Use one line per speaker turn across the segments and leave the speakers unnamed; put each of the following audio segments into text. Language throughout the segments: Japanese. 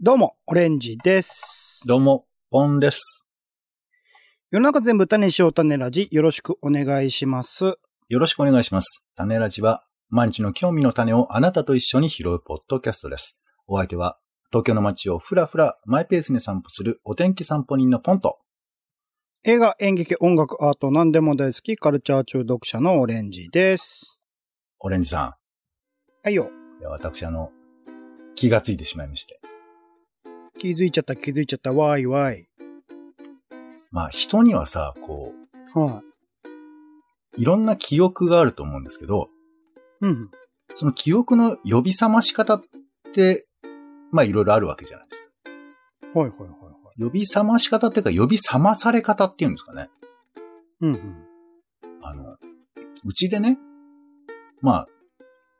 どうも、オレンジです。
どうも、ポンです。
世の中全部種にしよう種ラジ、よろしくお願いします。
よろしくお願いします。種ラジは、毎日の興味の種をあなたと一緒に拾うポッドキャストです。お相手は、東京の街をふらふらマイペースに散歩するお天気散歩人のポンと、
映画、演劇、音楽、アート、何でも大好き、カルチャー中毒者のオレンジです。
オレンジさ
はいよ、
ん。いや私、あの、気がついてしまいまして。
気づいちゃった気づいちゃった、わーいわーい。
まあ、人にはさ、こ
は
う、いろんな記憶があると思うんですけど、
い。うん。
その記憶の呼び覚まし方って、まあ、いろいろあるわけじゃないですか。
はいはいはいはい。
呼び覚まし方っていうか、呼び覚まされ方っていうんですかね。
うんうん。
あの、うちでね、まあ、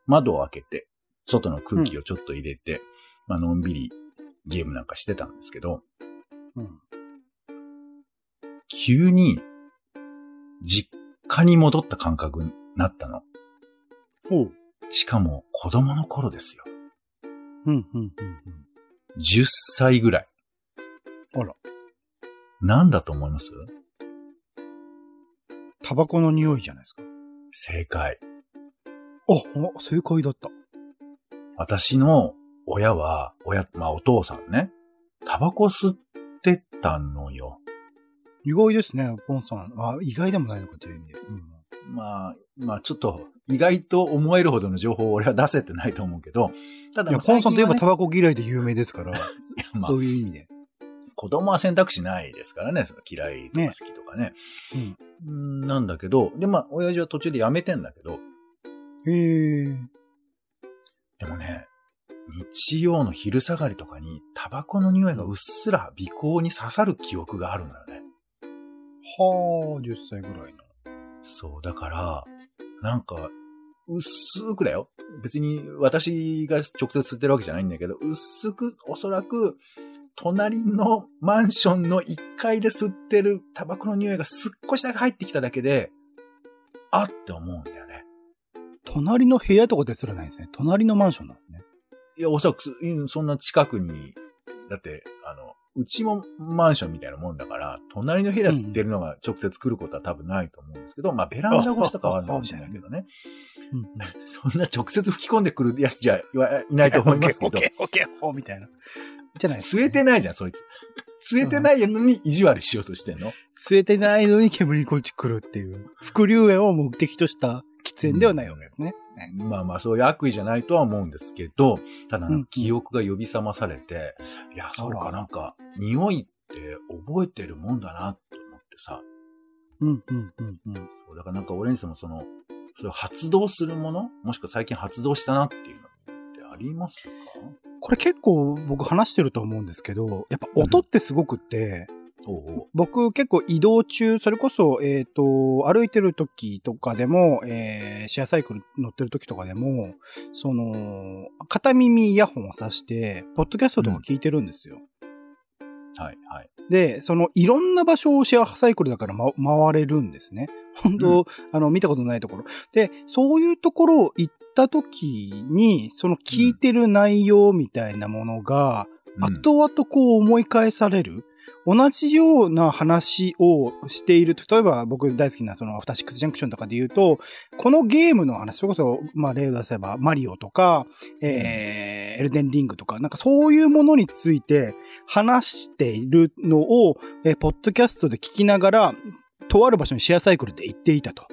窓を開けて、外の空気をちょっと入れて、まあ、のんびりゲームなんかしてたんですけど、
うん、
急に、実家に戻った感覚になったの。
ほう。
しかも、子供の頃ですよ。
うんうんうん
10歳ぐらい。
あら。
なんだと思います
タバコの匂いじゃないですか。
正解。
あ、あ正解だった。
私の親は、親、まあお父さんね、タバコ吸ってたのよ。
意外ですね、ポンさん。あ、意外でもないのかという意味で。うん
まあ、まあちょっと意外と思えるほどの情報を俺は出せてないと思うけど、ただ
い
ま
や、
あ、
ポンさんといえば
最
タバコ嫌いで有名ですから、
近 はねまあ
そういう意味で。
子供は選択肢ないですからね、その嫌いとか好きとかね。うんなんだけど、でまあ親父は途中でやめてんだけど、
へえ。
でもね、日曜の昼下がりとかにタバコの匂いがうっすら鼻孔に刺さる記憶があるんだよね。
はあ、10歳ぐらいの。
そう、だから、なんか、薄くだよ。別に私が直接吸ってるわけじゃないんだけど、薄く、おそらく、隣のマンションの1階で吸ってるタバコの匂いがすっごしだけ入ってきただけで、あって思うんだよね。
隣の部屋とかですらないですね。隣のマンションなんですね。
いや、おそらくす、うんそんな近くに、だって、あの、うちもマンションみたいなもんだから、隣の部屋吸ってるのが直接来ることは多分ないと思うんですけど、まあベランダ越しとかはあるかもしれないけどね。
うん。
そんな直接吹き込んでくるやつじゃいないと思います け
オッ
ど、
ケー、オッケー、オッケー、ほーみたいな。じゃないです
吸
ね、
えてないじゃん、そいつ。吸えてないのに意地悪しようとしてんの。
吸えてないのに煙にこっち来るっていう。副流煙を目的とした喫煙ではないわけですね。
まあまあ、そういう悪意じゃないとは思うんですけど、ただ
うん
な
うん
んか記憶が呼び覚まされて、いや、そう
あら
かなんか、匂いって覚えてるもんだなと思ってさ、
うん、うん、うん、うん。
そうだからなんかオレンジさんもその、それ発動するものもしくは最近発動したなっていうのってありますか
これ結構僕話してると思うんですけど、やっぱ音ってすごくって、
おうおう
僕結構移動中、それこそ、えっ、と、歩いてる時とかでも、えーシェアサイクル乗ってる時とかでも、その、片耳イヤホンを挿して、ポッドキャストとか聞いてるんですよ。
はい、はい。
で、その、いろんな場所をシェアサイクルだから、ま、回れるんですね。本当、あの、見たことないところ。で、そういうところを行った時に、その聞いてる内容みたいなものが、
うん
後々こう思い返される。同じような話をしている。例えば僕大好きなそのアフターシックスジャンクションとかで言うと、このゲームの話、それこそ、まあ例を出せばマリオとか、えー、エルデンリングとか、なんかそういうものについて話しているのを、えーポッドキャストで聞きながら、とある場所にシェアサイクルで行っていたと。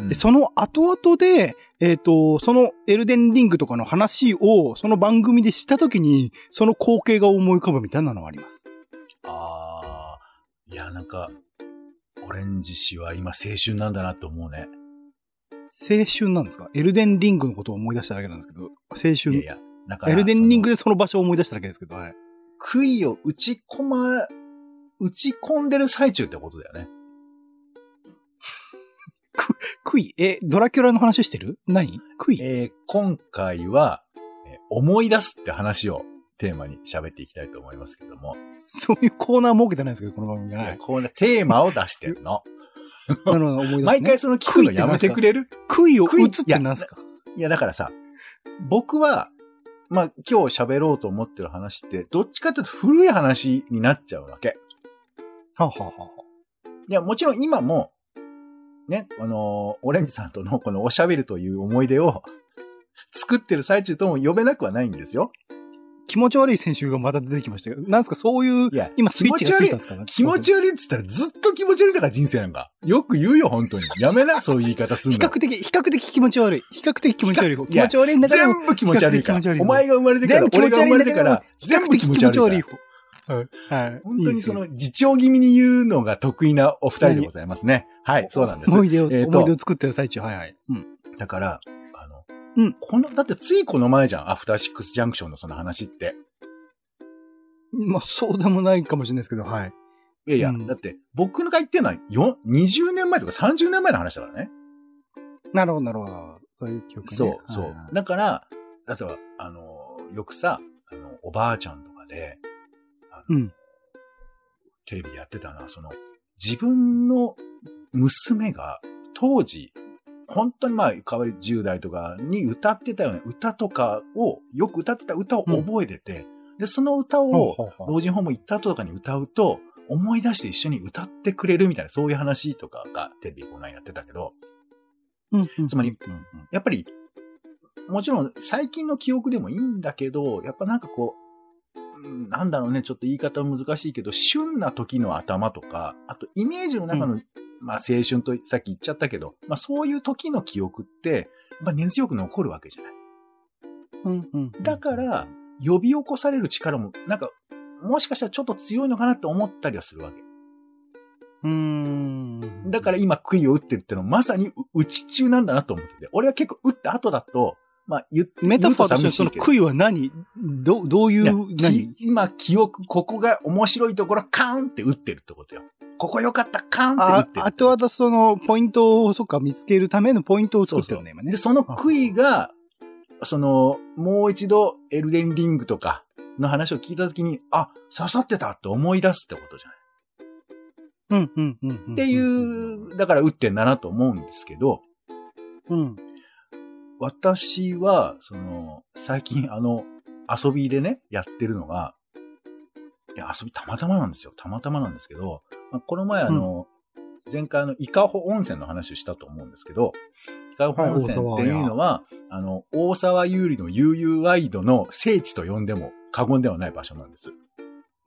うん
で、その後々で、えっ、と、そのエルデンリングとかの話を、その番組でしたときに、その光景が思い浮かぶみたいなのはあります。
ああ、いや、なんか、オレンジ氏は今青春なんだなと思うね。
青春なんですかエルデンリングのことを思い出しただけなんですけど、
い
青
や
春。
いや、だから、
エルデンリング
その
でその場所を思い出しただけですけど、はい。
杭を打ち込ま、打ち込んでる最中ってことだよね。
クイ、え、ドラキュラの話してる何クイ
えー今回は、えー思い出すって話をテーマに喋っていきたいと思いますけども、
そういうコーナー設けてないですけど、この番組が。
い
は
や
い。
こうねテーマを出して るの。
なるほど、思い出す、ね。
毎回その聞くのやめてくれる
クイを
杭
打つってなんですか
いや、だからさ、僕はまあ、今日喋ろうと思ってる話って、どっちかっていうと古い話になっちゃうわけ。
はあはあはあはい
や、もちろん今も、ね、あのーオレンジさんとのこのおしゃべりという思い出を 作ってる最中とも呼べなくはないんですよ。
あ。気持ち悪い選手がまた出てきましたけど、なんですかそういう、
いや、
今スイッチがついたんですか
気持ち悪いって言ったらずっと気持ち悪いから人生なんか。よく言うよ、本当に。やめな、そういう言い方すん
比
の
較。的、比較的気持ち悪い。比較的気持ち悪い方。
比較い
気
や
持ち悪いんだから、
全部気持ち悪いか
比較的気持ち悪い方
ら。お前が生まれてか
全
ら
部、気持ち
俺が
悪
生
い
ま
ん
れ
だ
て
け
か
ど
ら、、
比較
全部
的
気
気
持
持
ち悪
ち
いか
悪
ら
い。方。はい。はい。
本当にその
いいです
自重気味に言うのが得意なお二人でございますね。はい、そうなんです。
思い出を、
えーと
思い出を作ってる最中。はいはい。うん。
だから、あの、
うん
この、だってついこの前じゃん、アフターシックスジャンクションのその話って。
まあ、そうでもないかもしれないですけど、はい。
いやいや、
うん
だって僕が言ってるのはよ20年前とか30年前の話だからね。
なるほど、なるほど。そういう記憶ね。
そう、
はい
そう。だから、例えば、あの、よくさ、あの、おばあちゃんとかで、あの
うん
テレビでやってたのは、その、自分の娘が当時、本当にまあ、かわいい10代とかに歌ってたような歌とかを、よく歌ってた歌を覚えてて、で、その歌を、
ほうほうほう
老人ホーム行った後とかに歌うと、思い出して一緒に歌ってくれるみたいな、そういう話とかがテレビこの間やってたけど、
うんうん
つまり
うんうん
やっぱり、もちろん最近の記憶でもいいんだけど、やっぱなんかこう、うんなんだろうね、ちょっと言い方難しいけど、旬な時の頭とか、あとイメージの中の、
う
まあ青春とさっき言っちゃったけど、まあそういう時の記憶って、まあ根強く残るわけじゃない。
うんうんうん
だから、呼び起こされる力も、なんか、もしかしたらちょっと強いのかなって思ったりはするわけ。
うーん。
だから今、杭を打ってるってのはまさに打ち中なんだなと思ってて。俺は結構打った後だと、まあ言って、
メタファーとしてその
言うと寂しいけど
悔いは何ど、どうい、
いうや
何
き今、記憶、ここが面白いところ、カーンって打ってるってことよ。ここ良かった、カーンっ
あ
て、打ってる。
あとはその、ポイントを、そっか、見つけるためのポイントを
そ
作っ
う
て
そ
る
う
ね、今ね
で、。その杭が、その、もう一度、エルデンリングとかの話を聞いたときに、あ、刺さってたって思い出すってことじゃ
う
ない。
んうんうんうん。
っていう、だから打ってんだなと思うんですけど、
うん。
私は、その、最近あの、遊びでね、やってるのが、いや、遊びたまたまなんですよ。たまたまなんですけど、まあこの前あの、前回あの、伊香保温泉の話をしたと思うんですけど、伊香保温泉っていうのは、あの、大沢優里の UU ワイドの聖地と呼んでも過言ではない場所なんです。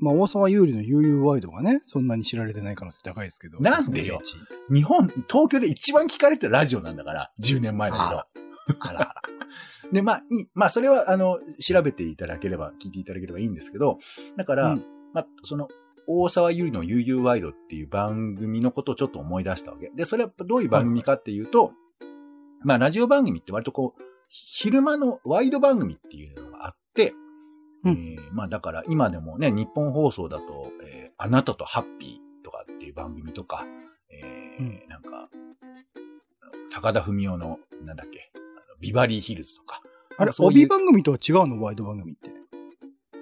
まあ、大沢優里の UU ワイドがね、そんなに知られてない可能性高いですけど。
なんでよ
その聖地
日本、東京で一番聞かれてるラジオなんだから、10年前だけど。
あらあら。
で、まあ、いいまあ、それは、あの、調べていただければ、聞いていただければいいんですけど、だから、
うん
まあ、その、大沢ゆりの UU ワイドっていう番組のことをちょっと思い出したわけ。で、それはどういう番組かっていうと、まあ、ラジオ番組って割とこう、昼間のワイド番組っていうのがあって、
うん
えーまあ、だから今でもね、日本放送だと、えーあなたとハッピーとかっていう番組とか、えーなんか、高田文夫の、なんだっけ、あのビバリーヒルズとか、
あれ、
そういう
帯番組とは違うのワイド番組って。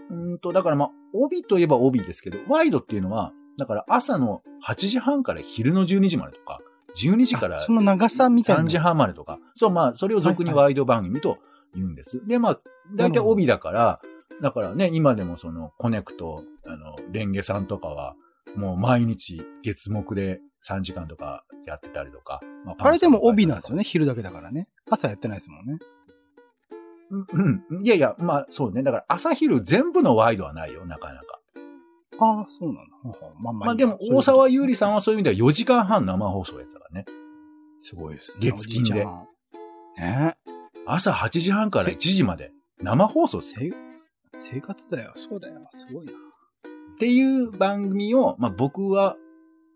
うーんと、だからまあ、帯といえば帯ですけど、ワイドっていうのは、だから朝の8時半から昼の12時までとか、12時から
あその長さみたいな。
3時半までとか、そう、まあ、それを俗に
はいは
ワイド番組と言うんです。で、まあ、大体帯だから、だからね、今でもその、コネクト、あの、レンゲさんとかは、もう毎日月目で3時間とかやってたりとか。ま
あれでも帯なんですよ
ね。
ね、昼だけだからね。朝やってないですもんね。
うん、うん。いやいや、まあそうね。だから朝昼全部のワイドはないよ、なかなか。
ああ、そうなんだ。ほうほうまあまあいいや
まあ
そ
でも、
ういうこ
大
と
沢優里さんはそういう意味では4時間半生放送やってたからね。
すごいですね。
月金で
おじいちゃん。ねえ
朝8時半から1時まで生放送ですよ
せ生活だよ。そうだよ。すごいな。
っていう番組を、まあ僕は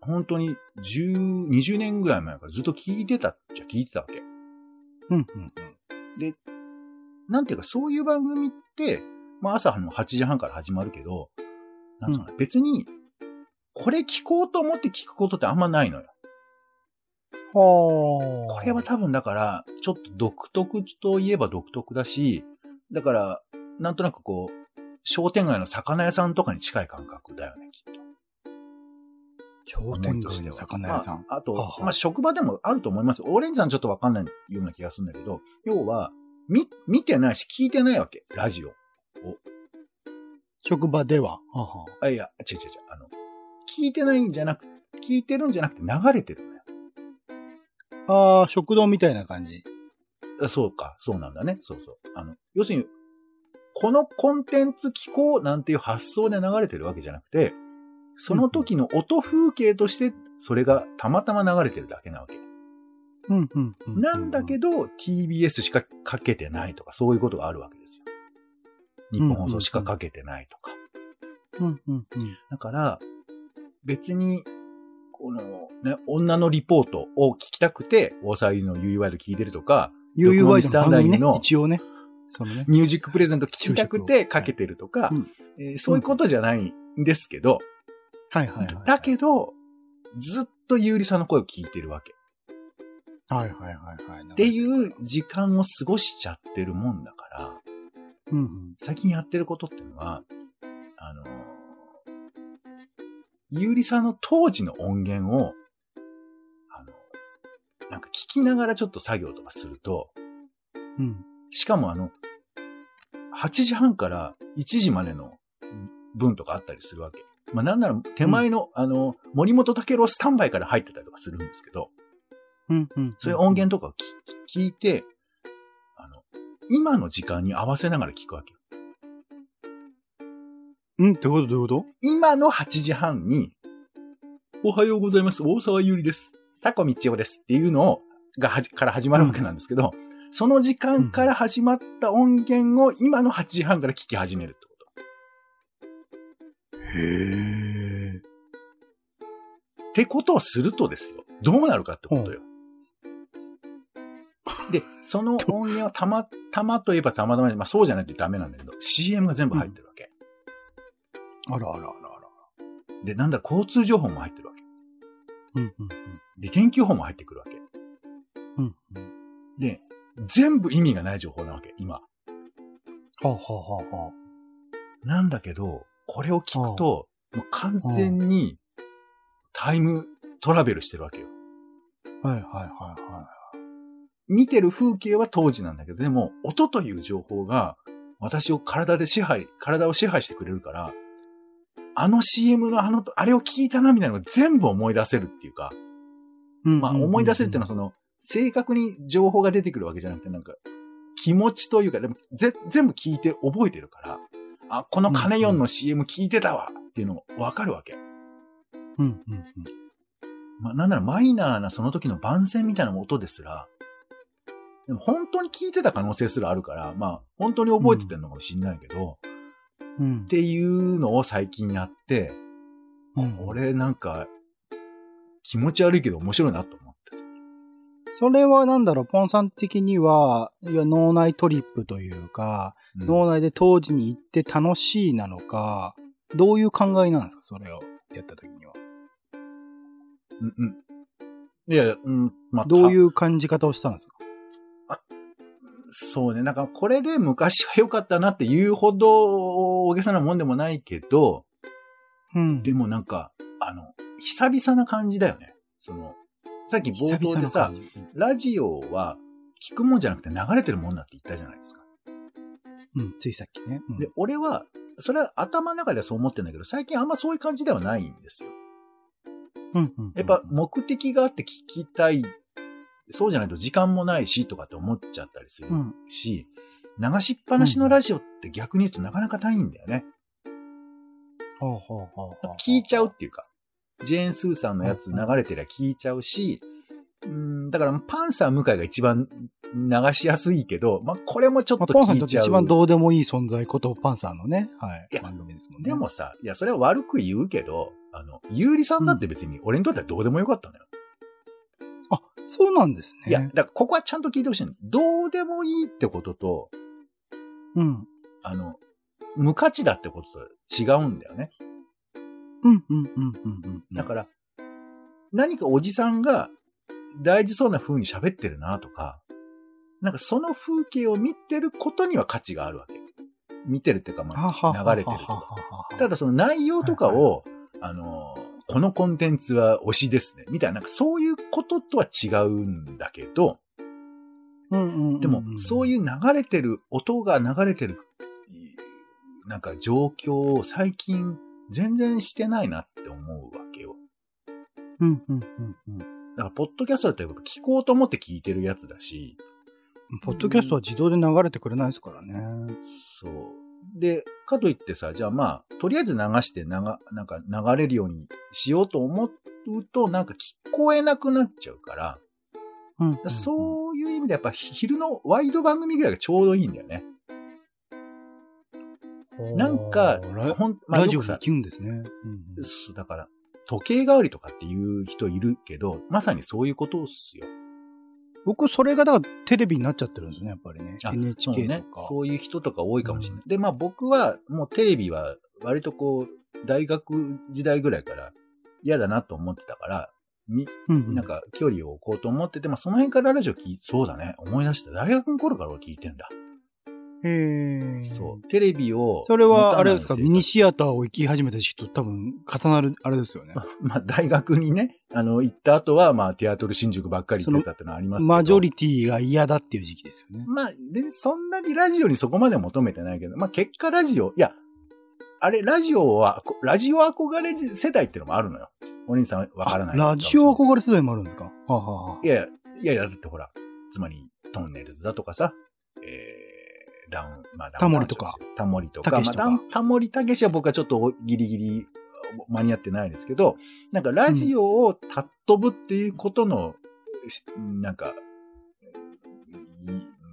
本当に10、20年ぐらい前からずっと聞いてたっちゃ聞いてたわけ。
うん、うん、
なんていうかそういう番組って、まあ朝の8時半から始まるけど、なんつうのかな、別にこれ聞こうと思って聞くことってあんまないのよ。
うん。はあ。
これは多分だから、ちょっと独特といえば独特だし、だから、なんとなくこう、商店街の魚屋さんとかに近い感覚だよね、きっと。
商店街の魚屋さん。
まあ、あと、
はあはあ
まあ、職場でもあると思いますよ。オレンジさんちょっとわかんないような気がするんだけど、要は、み、見てないし聞いてないわけ。ラジオ。
職場では。はは
あ、いや、違う違う違う。あの、聞いてないんじゃなく、聞いてるんじゃなくて流れてるのよ。
ああ、食堂みたいな感じ。
あそうか、そうなんだね。そうそう。あの、要するに、このコンテンツ聞こうなんていう発想で流れてるわけじゃなくて、その時の音風景として、それがたまたま流れてるだけなわけ。
うんうんうう
なんだけど、TBS しかかけてないとか、そういうことがあるわけですよ。日本放送しかかけてないとか。
うんうんうん。
だから、別に、この、ね、女のリポートを聞きたくて、大沢優の UUI で聞いてるとか、
UU ワイドの番組ね
録音スタンダインの。
一応ね。そのね。
ミュージックプレゼント聞きたくてかけてるとか、
うん
えーそういうことじゃないんですけど、
はいはいはい。
だけど、ずっとゆうりさんの声を聞いてるわけ。
はいはいはいはい。っ
っていう時間を過ごしちゃってるもんだから、
うんうん。
最近やってることっていうのは、あの、ゆうりさんの当時の音源を、あの、なんか聞きながらちょっと作業とかすると、
うん。
しかもあの、8時半から1時までの分とかあったりするわけ。まあなんなら手前の、あの、森本武郎スタンバイから入ってたりとかするんですけど、
うんうん。
そういう音源とかを聞聞いて、あの、今の時間に合わせながら聞くわけよ。
うん、ってことどういうこと
今の8時半に、おはようございます。大沢優里です。佐古道夫です。っていうのを、がはじ、から始まるわけなんですけど、その時間から始まった音源を今の8時半から聞き始めるってこと。
へえ。
ってことをするとですよ。どうなるかってことよ。で、その音源はたま、たまといえばたまたまで、まあそうじゃないとダメなんだけど、CM が全部入ってるわけ。
あらあらあらあら。
で、なんだ、交通情報も入ってるわけ。
うんうん
で、天気予報も入ってくるわけ。
うん。うんうん。
で、全部意味がない情報なわけ、今。
はあはあはあはあ。
なんだけど、これを聞くと、もう完全にタイムトラベルしてるわけよ。
はいはいはいは
見てる風景は当時なんだけど、でも、音という情報が、私を体で支配、体を支配してくれるから、あの CM のあの、あれを聞いたなみたいなのが全部思い出せるっていうか、
い。
まあ思い出せるっていう
は、
のはその、正確に情報が出てくるわけじゃなくて、なんか、気持ちというか、でもぜ全部聞いて覚えてるから、あ、このカネヨンの CM 聞いてたわっていうのがわかるわけ。
うんうんうん。
まあ、なんならマイナーなその時の番宣みたいな音ですら、でも本当に聞いてた可能性すらあるから、まあ、本当に覚えててるのかもしんないけど、っ
うん。
ていうのを最近やって、
うん
俺なんか、気持ち悪いけど面白いなと思ってさ
それはなんだろう、ポンさん的には、いや脳内トリップというか、
うん
脳内で当時に行って楽しいなのか、どういう考えなんですか、それをやった時には。
うんうん。いやいや、うん、まあ、、
どういうう感じ方をしたんですか
そうね、なんかこれで昔は良かったなっていうほど大げさなもんでもないけど、
うん
でもなんか、あの、久々な感じだよね。その、さっき冒頭でさ、、
久々の感
ラジオは聞くもんじゃなくて流れてるもんだって言ったじゃないですか。
じうん、ついさっきね。うん
で、俺は、それは頭の中ではそう思ってんだけど、最近あんまそういう感じではないんですよ。
うんうんうん
やっぱ目的があって聞きたい、そうじゃないと時間もないしとかって思っちゃったりする
うん。
し、流しっぱなしのラジオって逆に言うとなかなかないんだよね。
ほうほうほうほう
聞いちゃうっていうか、ジェーン・スーさんのやつ流れてりゃ聞いちゃうし、うん、だからパンサー向井が一番流しやすいけど、まあこれもちょっ
ま
と
あ、ポンさんに
聞
とっ
い
て
ちゃう。
一番どうでもいい存在こと、パンサーのね、はい
いや
番組ですもんね。
でも、さ、いや、それは悪く言うけど、あの、ゆうりさんだって別に俺にとってはどうでもよかったのよ。
あ、そうなんですね。
いや、だからここはちゃんと聞いてほしいの。どうでもいいってことと、
うん。
あの、無価値だってことと違うんだよね。
うん、うん、うん、うん、うん。
だから、何かおじさんが大事そうな風に喋ってるなとか、なんかその風景を見てることには価値があるわけ。見てるっていうか、ま
はははは
あ、流れてると
は
か。
ははは
ただその内容とかを、あの、このコンテンツは推しですね、みたいな、なんかそういうこととは違うんだけど、
うんうんうん
でも、そういう流れてる、音が流れてる、いなんか状況を最近全然してないなって思うわけよ。
うんうんうんうん。
だから、ポッドキャストだって聞こうと思って聞いてるやつだし、
ポッドキャストは自動で流れてくれないですからね。
そう。で、かといってさ、じゃあまあ、とりあえず流して、なが、なんか流れるようにしようと思うと、なんか聞こえなくなっちゃうから、
うんうん
だからそういう意味でやっぱ昼のワイド番組ぐらいがちょうどいいんだよね。
うん、
なんか
おーラ
ほん、まあ
ラ
よ
ジオ
く
で
さ
聞、くんですね。うんうん
そう、だから、時計代わりとかっていう人いるけど、まさにそういうことっすよ。
僕、それがだからテレビになっちゃってるんですよね、やっぱりね。
あそう
NHK と
ね
か。。
そういう人とか多いかもしれない。で、まあ僕はもうテレビは割とこう、大学時代ぐらいから嫌だなと思ってたから、み、
うんうん
なんか距離を置こうと思ってて、まあその辺からラジオ聞い、そうだね。思い出した。大学の頃から俺聞いてんだ。
へー
そう。テレビを。
それは、あれですか、
持
ミ
たない
ニ
生活
シアターを行き始めた時期と多分重なる、あれですよね。
まあ大学にね、あの、行った後は、まあテアトル新宿ばっかり行ってたってのはありますけど。
マジョリティが嫌だっていう時期ですよね。
まあ、別にそんなにラジオにそこまで求めてないけど、まあ結果ラジオ、いや、あれ、ラジオは、こラジオ憧れ世代ってのもあるのよ。お兄さんわからない。
ラジオ憧れ世代もあるんですかはあ、はあはい
やいや、いやいや、だってほら、つまり、トンネルズだとかさ、えー、ダウン、まあ、ダウン
タモリとか。
タモリとか、
たけ
ま
し
あ、
とか
ダンタモリたけしは僕はちょっとギリギリ間に合ってないですけど、なんかラジオをたっ飛ぶっていうことの、しなんか、い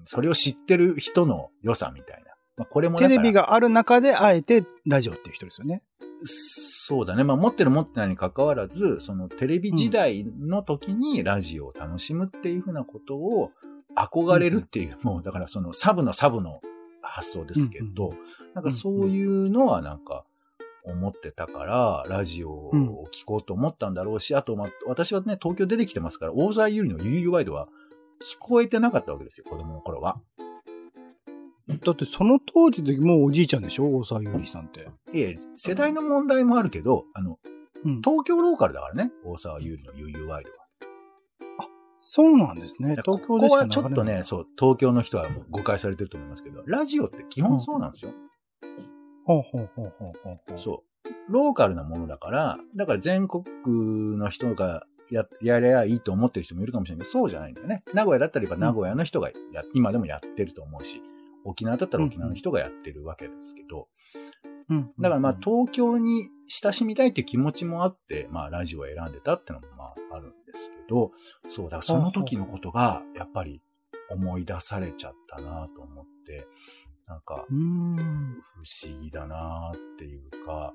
それを知ってる人の良さみたいな。まあ、これも
あ
だ
テ
から
レビがある中で、あえてラジオっていう人ですよね。
そうだね。まあ、持ってる持ってないに関わらず、そのテレビ時代の時にラジオを楽しむっていうふうなことを憧れるっていう、もうだからそのサブのサブの発想ですけど、
うん
なんかそういうのはなんか思ってたから、ラジオを聞こうと思ったんだろうし、あと、まあ、私はね、東京出てきてますから、大沢ゆりの UU ワイドは聞こえてなかったわけですよ、子供の頃は。
だってその当時でもうおじいちゃんでしょ大沢優里さんって。
いえ、世代の問題もあるけど、あの、
うん
東京ローカルだからね、大沢ゆりの UU ワイドは。
そうなんですね。
こ
東京
こ
でしか
は
流れない
ちょっとね、そう、東京の人はもう誤解されてると思いますけど、ラジオって基本そうなんですよ。
ほうほうほうほうほうほう。
そう。ローカルなものだから、だから全国の人がや、やりゃいいと思ってる人もいるかもしれないけど、そうじゃないんだよね。名古屋だったらやっぱ名古屋の人がや、今でもやってると思うし、沖縄だったら沖縄の人がやってるわけですけど、
うんうんうん
だからまあ東京に親しみたいっていう気持ちもあって、まあラジオを選んでたってのもまああるんですけど、そう、だからその時のことがやっぱり思い出されちゃったなと思って、なんか
うーん。うん
不思議だなっていうか、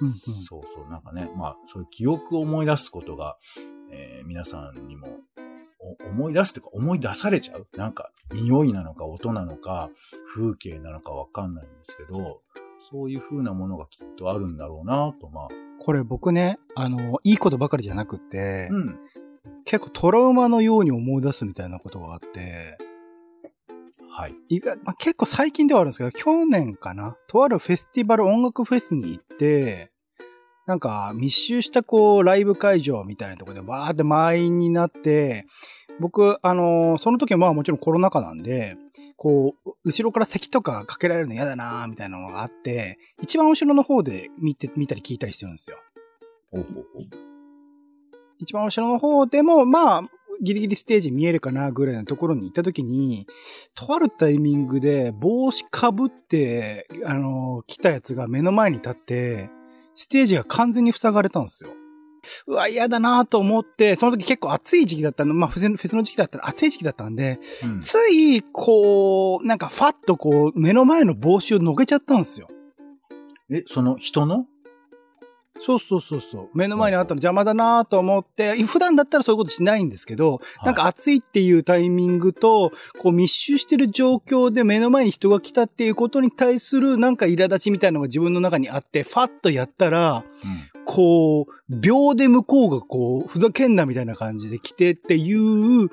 うん。
そうそう、なんかね、まあそういう記憶を思い出すことが、えー皆さんにもお思い出すっていうか思い出されちゃうなんか匂いなのか音なのか風景なのかわかんないんですけど、そういう風なものがきっとあるんだろうなと、まあ、
これ僕ね、あの、いいことばかりじゃなくて、
うん。
結構トラウマのように思い出すみたいなことがあって、
はい。
意外まあ、結構最近ではあるんですけど、去年かなとあるフェスティバル、音楽フェスに行って、なんか密集したこう、ライブ会場みたいなところでわーって満員になって、僕、あのーその時はまあもちろんコロナ禍なんで、こう、後ろから席とかかけられるの嫌だなーみたいなのがあって、一番後ろの方で見て、見たり聞いたりしてるんですよ。
ほうほうほう。
一番後ろの方でも、まあ、ギリギリステージ見えるかなぐらいのところに行った時に、とあるタイミングで帽子かぶって、あの、来たやつが目の前に立って、ステージが完全に塞がれたんですよ。うわ、嫌だなと思って、その時結構暑い時期だったの、まあフェスフェスの時期だったら暑い時期だったんで、
うん
つい、こう、なんかファッとこう、目の前の帽子をのけちゃったんですよ。
え、その人の
そうそうそうそう。目の前にあったの邪魔だなと思って、普段だったらそういうことしないんですけど、なんか暑いっていうタイミングと、こう密集してる状況で目の前に人が来たっていうことに対するなんか苛立ちみたいなのが自分の中にあって、ファッとやったら、こう、秒で向こうがこう、ふざけんなみたいな感じで来てっていう、
うん。うん。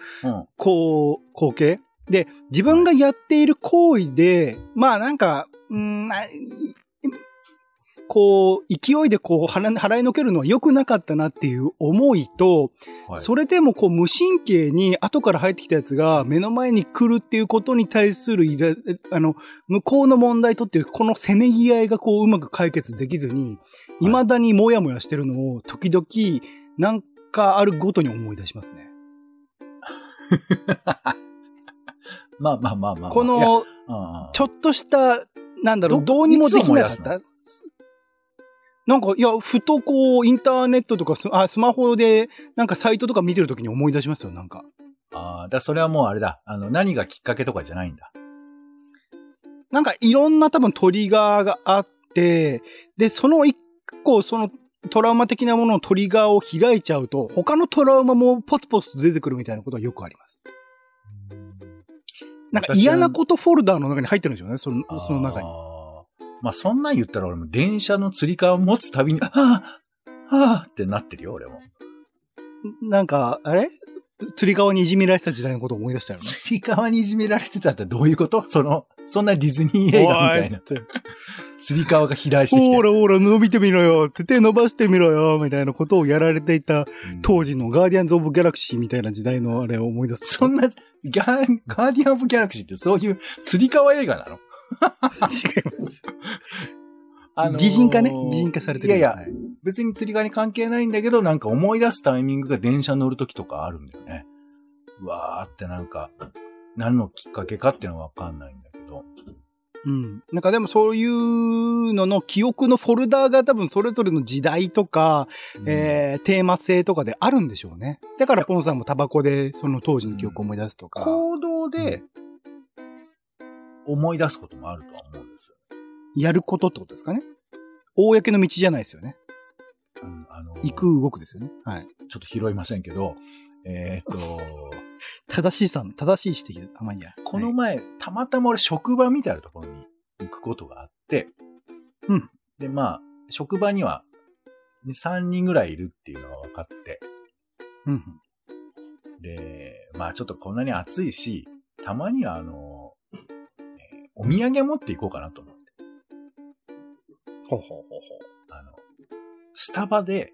こう、光景で、自分がやっている行為で、まあなんか、うーんあいこう、勢いでこう、払払いのけるのは良くなかったなっていう思いと、
はい
それでもこう、無神経に後から入ってきたやつが目の前に来るっていうことに対するイラ、あの、向こうの問題とっていう、このせめぎ合いがこう、うまく解決できずに、未だにもやもやしてるのを、時々、なんかあるごとに思い出しますね。
まあまあまあまあ。
こ
いや、
の、
うんうん
ちょっとした、なんだろう、
ど
どうにもできなか
いつ
っ
思
た。なんか、いや、ふとこう、インターネットとかス、あ、スマホで、なんかサイトとか見てるときに思い出しますよ、なんか。
ああ、だからそれはもうあれだ。あの、何がきっかけとかじゃないんだ。
なんかいろんな多分トリガーがあって、で、その一個、そのトラウマ的なもののトリガーを開いちゃうと、他のトラウマもポツポツと出てくるみたいなことはよくあります。なんか嫌なことフォルダーの中に入ってるんでしょうね、その
あー
その中に。。
まあそんなん言ったら俺も電車の釣り革を持つたびに、ああああってなってるよ、俺も。
なんか、あれ釣り革にいじめられてた時代のことを思い出したよね。
釣り革にいじめられてたってどういうことその、そんなディズニー映画みたいな。
な。
釣り革が肥大してきて
ほ。らほら、伸びてみろよって手伸ばしてみろよみたいなことをやられていた
うん
当時のガーディアンズ・オブ・ギャラクシーみたいな時代のあれを思い出す。
そんな、ガーガーディアン・オブ・ギャラクシーってそういう釣り革映画なの
違います。
あのー
擬人化ね。擬人化されてる。
いやいや
は、
別に釣り革に関係ないんだけど、なんか思い出すタイミングが電車乗る時とかあるんだよね。うわーってなんか、何のきっかけかっていうのはわかんないんだけど。
うん。なんかでもそういうのの記憶のフォルダーが多分それぞれの時代とか、えー、テーマ性とかであるんでしょうね。だからポンさんもタバコでその当時の記憶を思い出すと
うん
か。
行動で思い出すこともあるとは思うんですよ。
やることってことですかね。公の道じゃないですよね。
うんあのー
行く動くですよね。はい。
ちょっと拾いませんけど、えーっ と、
正しいさん、正しい指摘たまにや。
この前、たまたま俺職場みたいなところに行くことがあって、
うん。
で、まあ、職場には3人ぐらいいるっていうのが分かって、
うん。
で、まあちょっとこんなに暑いし、たまにはあの、えーお土産持っていこうかなと思って、
ほうほうほうほう。
あの、スタバで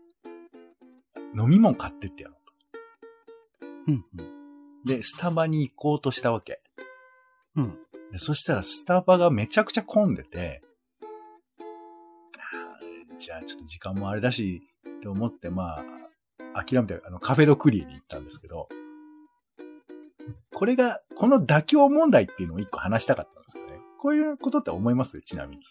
飲み物買ってってやろ
うん、うん。
う。で、スタバに行こうとしたわけ。
うん。
でそしたらスタバがめちゃくちゃ混んでて、あーじゃあちょっと時間もあれだし、と思って、まあ、諦めて、あの、カフェドクリーに行ったんですけど、これが、この妥協問題っていうのを一個話したかったんですよね。こういうことって思いますちなみに。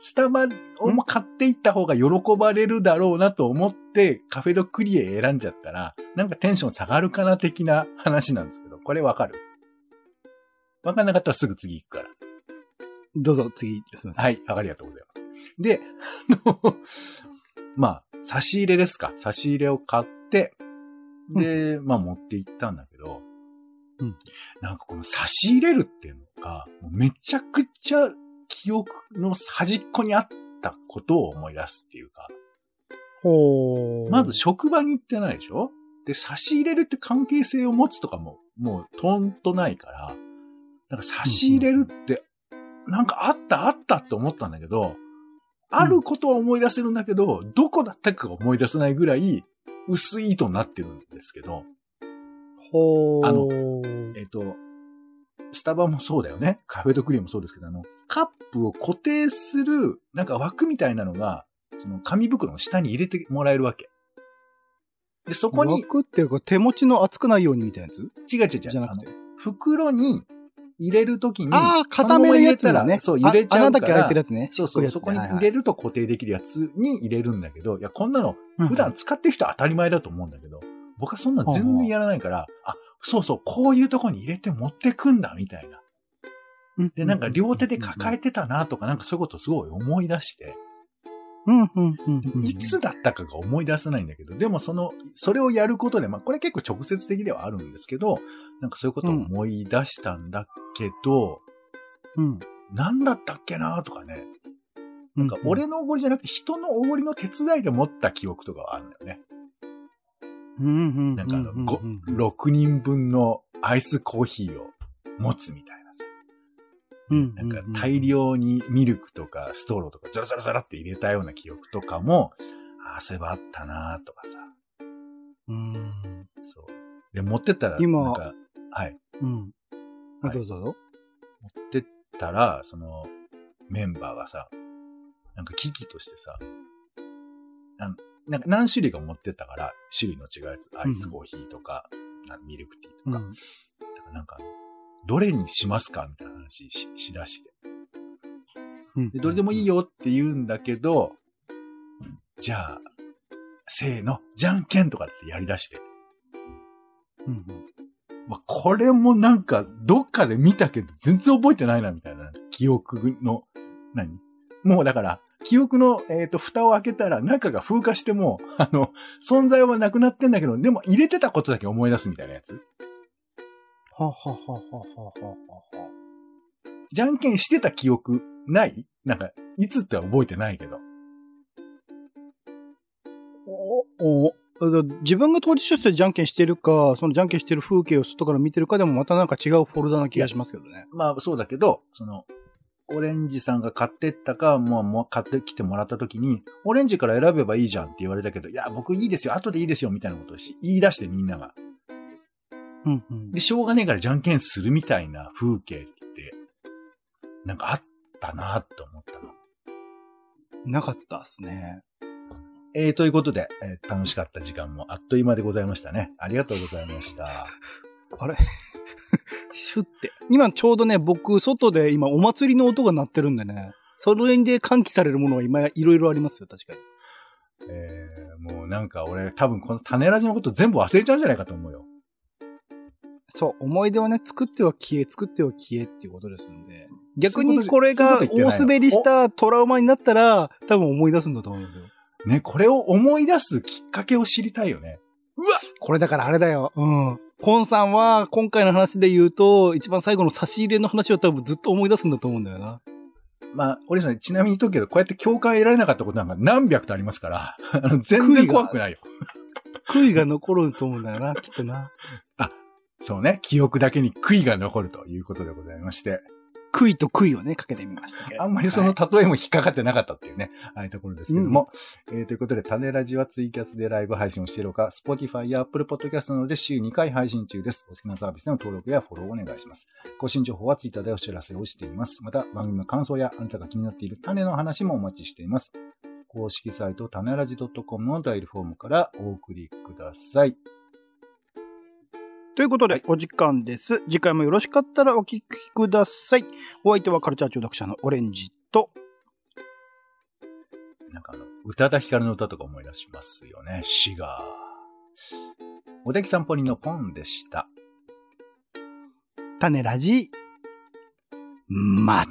スタバをも買っていった方が喜ばれるだろうなと思って、カフェドクリエ選んじゃったら、なんかテンション下がるかな的な話なんですけど、これわかるわかんなかったらすぐ次行くから。
どうぞ、次、すみません。
はい、ありがとうございます。で、あの、 まあ、差し入れですか。差し入れを買って、で、まあ持って行ったんだけど、
うん
なんかこの差し入れるっていうのが、もうめちゃくちゃ記憶の端っこにあったことを思い出すっていうか、
ほ
まず職場に行ってないでしょで、差し入れるって関係性を持つとかも、もうとんとないから、なんか差し入れるって、なんかあったあったって思ったんだけど、あることは思い出せるんだけど、どこだったかが思い出せないぐらい薄い糸になってるんですけど、
ほ
あの
の
えっ、と、スタバもそうだよね。カフェドクリームもそうですけど、あの、カップを固定する、なんか枠みたいなのが、その紙袋の下に入れてもらえるわけ。で、そこに、
枠っていうか手持ちの熱くないようにみたいなやつ
違う違う違う。
じゃなくて
あの。袋に入れるときに、
ああ、固めるやつ
その
だ
まま入れた
ね。
らそう、入れちゃうから。
あ穴だけ開いてるやつね。
そうそう、そこに入れ
る。
ると固定できるやつに入れるんだけど、いや、こんなの
はいはい
普段使ってる人は当たり前だと思うんだけど、僕はそんなの全然やらないから、あ、そうそう、こういうとこに入れて持ってくんだ、みたいな。
うん
で、なんか両手で抱えてたなとか、なんかそういうことをすごい思い出して、
うんうんうんうん。
いつだったかが思い出せないんだけど、でもその、それをやることで、まあこれ結構直接的ではあるんですけど、なんかそういうことを思い出したんだけど、
うん。
何だったっけなとかね、
な
なんか、俺のおごりじゃなくて人のおごりの手伝いで持った記憶とかはあるんだよね。
うん
なんかあの、ご
うんうんうん
6人分のアイスコーヒーを持つみたいなさ。
うん
なんか大量にミルクとかストローとかザラザラザラって入れたような記憶とかも、ああ、そういえばあったなとかさ。
うん。
そう。で、持ってったら、
今
なんか、はい。
うん。あ、
はい
どうぞどうぞ。
持ってったら、その、メンバーがさ、なんか機器としてさ、なんなんか何種類か持ってったから、種類の違うやつ、アイスコーヒーとか、なミルクティーとか、
うん
だからなんか、どれにしますかみたいな話ししだして。
うん
で、どれでもいい。よって言うんだけど、じゃあ、せーの、じゃんけんとかってやりだして。
うんうん
まあ、これもなんか、どっかで見たけど、全然覚えてないな、みたいな。記憶の、何もうだから、記憶の、えっ、と、蓋を開けたら、中が風化しても、あの、存在はなくなってんだけど、でも入れてたことだけ思い出すみたいなやつ。
はははははははは。
じゃんけんしてた記憶ないなんか、いつっては覚えてないけど。
おおだ自分が当事者としてじゃんけんしてるか、そのじゃんけんしてる風景を外から見てるかでもまたなんか違うフォルダな気がしますけどね。
まあそうだけど、その、オレンジさんが買ってったか、もう、もう買ってきてもらった時に、オレンジから選べばいいじゃんって言われたけど、いや、僕いいですよ、後でいいですよ、みたいなことをし言い出してみんなが。
うんうん
で、しょうがねえからじゃんけんするみたいな風景って、なんかあったなって思ったの。
なかったっすね。
えー、ということで、えー楽しかった時間もあっという間でございましたね。ありがとうございました。
あれシュって。今ちょうどね、僕、外で今お祭りの音が鳴ってるんでね、それで喚起されるものは今いろいろありますよ、確かに。
えー、もうなんか俺、多分この種ラジのこと全部忘れちゃうんじゃないかと思うよ。
そう、思い出をね、作っては消え、作っては消えっていうことですんで、逆に
そういうこと
これが
そういうこと言
大
ってないの
滑りしたトラウマになったら、多分思い出すんだと思うんですよ。
ね、これを思い出すきっかけを知りたいよね。
これだからあれだよ。うん。ポンさんは、今回の話で言うと、一番最後の差し入れの話を多分ずっと思い出すんだと思うんだよな。
まあ、俺さん、ちなみに言っとくけど、こうやって共感得られなかったことなんか何百とありますから、あの全然怖くないよ。
悔いが残ると思うんだよ な、きっとな。
そうね、記憶だけに悔いが残るということでございまして、
悔いと悔いをね、かけてみましたけど。
あんまりそ
は
の
い
例えも引っかかってなかったっていうね、ああいうところですけども。えーということで、種ラジはツイキャスでライブ配信をしているほか、Spotify や Apple Podcast などで週2回配信中です。お好きなサービスでの登録やフォローをお願いします。更新情報は Twitter でお知らせをしています。また、番組の感想やあなたが気になっている種の話もお待ちしています。公式サイト、種ラジ .com のダイルフォームからお送りください。
ということで、お時間です。次回もよろしかったらお聞きください。お相手はカルチャー中毒者のオレンジと、
なんかあの、宇多田ヒカルの歌とか思い出しますよね。シガー。おできさんぽりのポンでした。
種ラジ、また。